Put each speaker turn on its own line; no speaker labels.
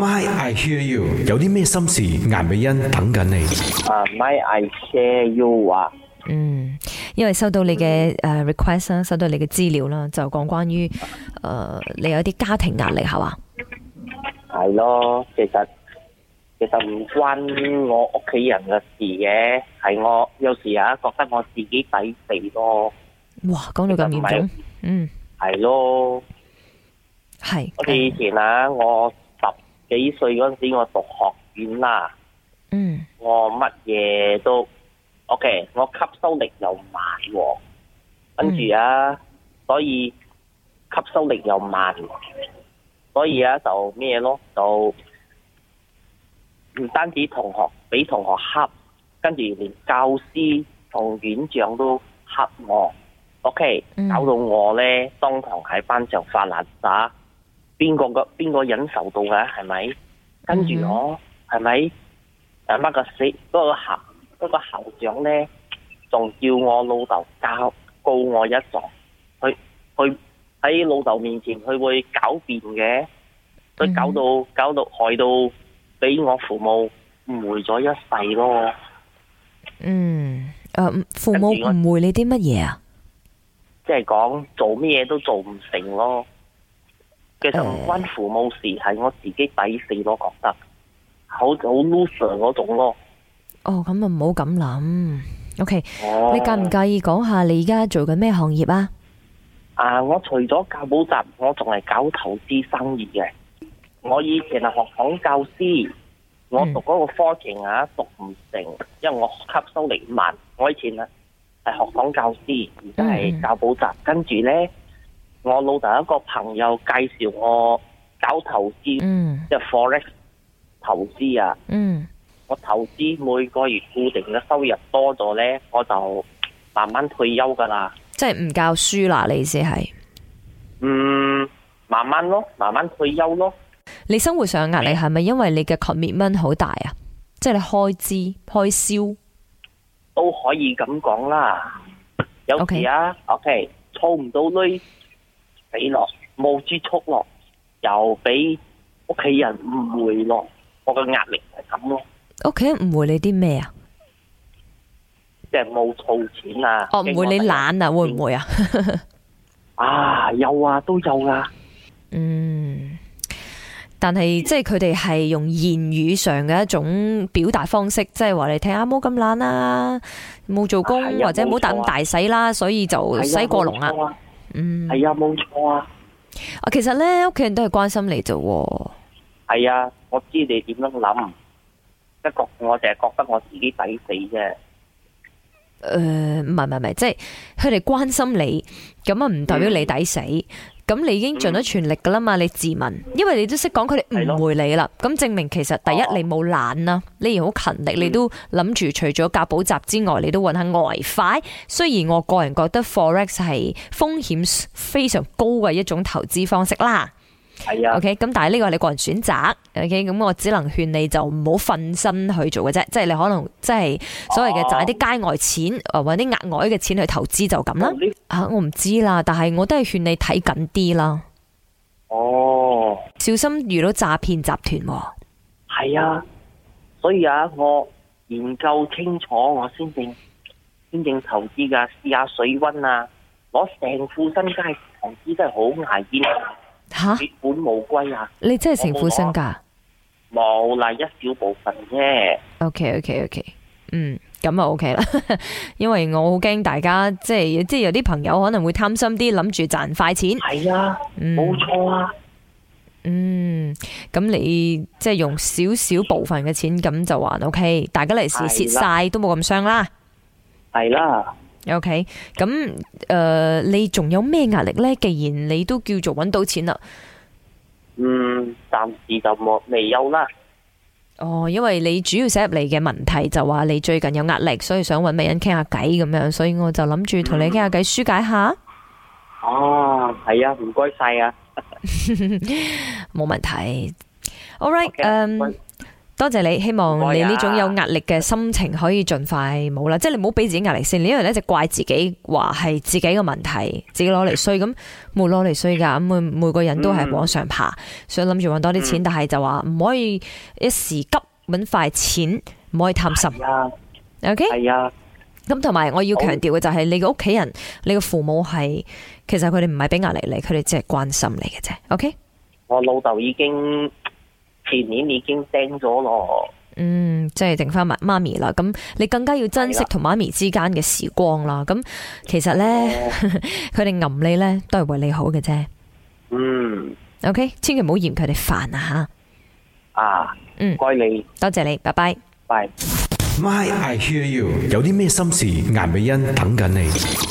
My I hear you，有啲咩心事？顏美欣等緊你。
啊，My I share you 啊，
嗯，因為收到你嘅诶 request 啦，收到你嘅資料啦，就講關於诶、呃你有啲家庭壓力係嘛？
係咯，其實其實唔關我屋企人嘅事嘅，係我有時啊覺得我自己抵死咯，
哇，講到咁嚴
其實唔
重
係，
嗯，
係咯，
係，
我哋以前啊，我十幾歲嗰陣時，我讀學院啦，
嗯
我乜嘢都 OK，我吸收力又慢喎，跟住啊，所以吸收力又慢，所以啊就咩咯，就唔單止同學俾同學恰，跟住連教師同院長都恰我，OK，
嗯
搞到我呢，當堂喺班上發爛渣，邊個個邊個忍受到嘅係咪？跟住
嗯哼
我係咪？誒乜個死嗰、個校嗰、個校長咧，仲叫我老豆教告我一狀，佢佢喺老豆面前佢會狡辯嘅，佢搞到、搞到害到俾我父母誤會咗一世咯。
嗯，诶、父母
跟住我
誤會你啲乜嘢啊？
即係講做咩都做唔成咯。其實唔
嗯
關父母事，係我自己抵死咯，覺得好好 loser 嗰種咯。
哦，咁啊唔好咁諗。OK，
哦
你介唔介意講下你而家做緊咩行業啊？
啊，我除咗教補習，我仲係搞投資生意嘅。我以前係學堂教師，我
嗯
讀嗰個科程啊，讀唔成，因為我吸收力慢。我以前啊係學堂教師，而家
嗯嗯
係教補習。跟住呢，我老豆一個朋友介紹我搞投資，
嗯
即係 forex 投資啊。
嗯
我投資每個月固定嘅收入多咗呢，我就慢慢退休㗎啦。
即係唔教書啦，你意思係？
嗯，慢慢咯，慢慢退休咯。
你生活上嘅
嗯
壓力係咪因為你嘅 commitment 好大啊？即係你開支開銷？
都可以咁講啦。有時啊，OK，儲唔到呢，俾落冇支蓄落，又俾屋企人誤會咯。我嘅壓力係咁咯，
屋企人誤會你啲咩啊？
即係冇儲錢啊。
哦，唔會你懶啊？會
會？
唔會啊？
啊，有啊，都有啦。
嗯，但係即係佢哋係用言語上嘅一種表達方式，即係話你聽啊，冇咁懶啦，冇做工、
係啊
或者冇大
冇錯
咁
啊
大使啦，所以就
係
西
啊
過龍啊。
冇錯啊，
嗯，
係啊，冇錯啊。
啊，其實咧屋企人都係關心你啫喎。
係啊，我知你點樣諗。一個我淨係覺得我自己抵死啫。
诶、呃唔係唔係唔係，即係佢哋關心你，咁啊唔代表你抵死。咁你已經盡咗全力噶啦嘛，你自問，因為你都識講佢哋
係咯
誤會你啦。咁證明其實第
哦
一你冇懶啦，你而好勤力，你都諗住除咗教補習之外，你都揾下外快。雖然我個人覺得 forex 係風險非常高嘅一種投資方式啦。
係啊，
OK，咁但係呢個係你個人選擇。OK，咁我只能勸你就唔好瞓身去做嘅啫，即係你可能即係所謂
哦
嘅賺啲街外錢，呃揾啲額外嘅錢去投資就咁啦。
呢
啊，我唔知啦，但係我都係勸你睇緊啲啦，
哦。
小心遇到詐騙集團喎。
系啊，所以啊，我研究清楚，我先正先正投資噶，試下水温啊，攞成副身家去投資真係好危險，
啊吓、
血本無歸啊！
你真係成副身家
冇啦，一小部分啫。
？OK OK OK，嗯。咁啊 OK 啦， 因為我好驚大家即係即係有啲朋友可能會貪心啲，諗住賺快錢。
係啊，
嗯
冇錯啊，
嗯，咁你即系用少少部分嘅錢，咁就還 OK，大家嚟時蝕
係啦
晒都冇咁傷啦。
係啦、
OK，咁诶、呃你仲有咩壓力呢？既然你都叫做揾到錢啦，
嗯，暫時就冇未有啦。
哦，因為你主要寫入嚟嘅問題就話你最近有壓力，所以想揾美人傾下偈咁樣，所以我就諗住同你傾下
嗯
偈，疏解下，
哦，係啊，唔該晒啊。
冇問題。All right，
OK，唔
嗯
該
多謝你，希
唔
望
該
你
啊
呢種有壓力嘅心情可以盡快冇啦，即係你唔好俾自己壓力先，因為咧就怪自己話係自己嘅問題，自己攞嚟衰，咁冇攞嚟衰㗎，咁每每個人都係往上爬，想諗住揾多啲
嗯
錢，但係就話唔可以一時急揾快錢，唔可以貪心
係啊，
，OK？
係啊，
咁同埋我要
好
強調嘅就係你嘅屋企人，你嘅父母係其實佢哋唔係俾壓力你，佢哋只係關心你嘅啫，OK？
我老豆已經前年已經釘咗咯，
嗯，即係剩翻媽媽咪啦，咁你更加要珍惜
係啦
同媽咪之間嘅時光啦。咁其實呢，佢哋揞你呢都係為你好嘅啫。
嗯
OK，千祈唔好嫌佢哋煩啊
啊，
嗯
唔該你，
吓。多謝你，拜拜。
拜。
My I hear you，有啲咩心事？顏美欣等緊你。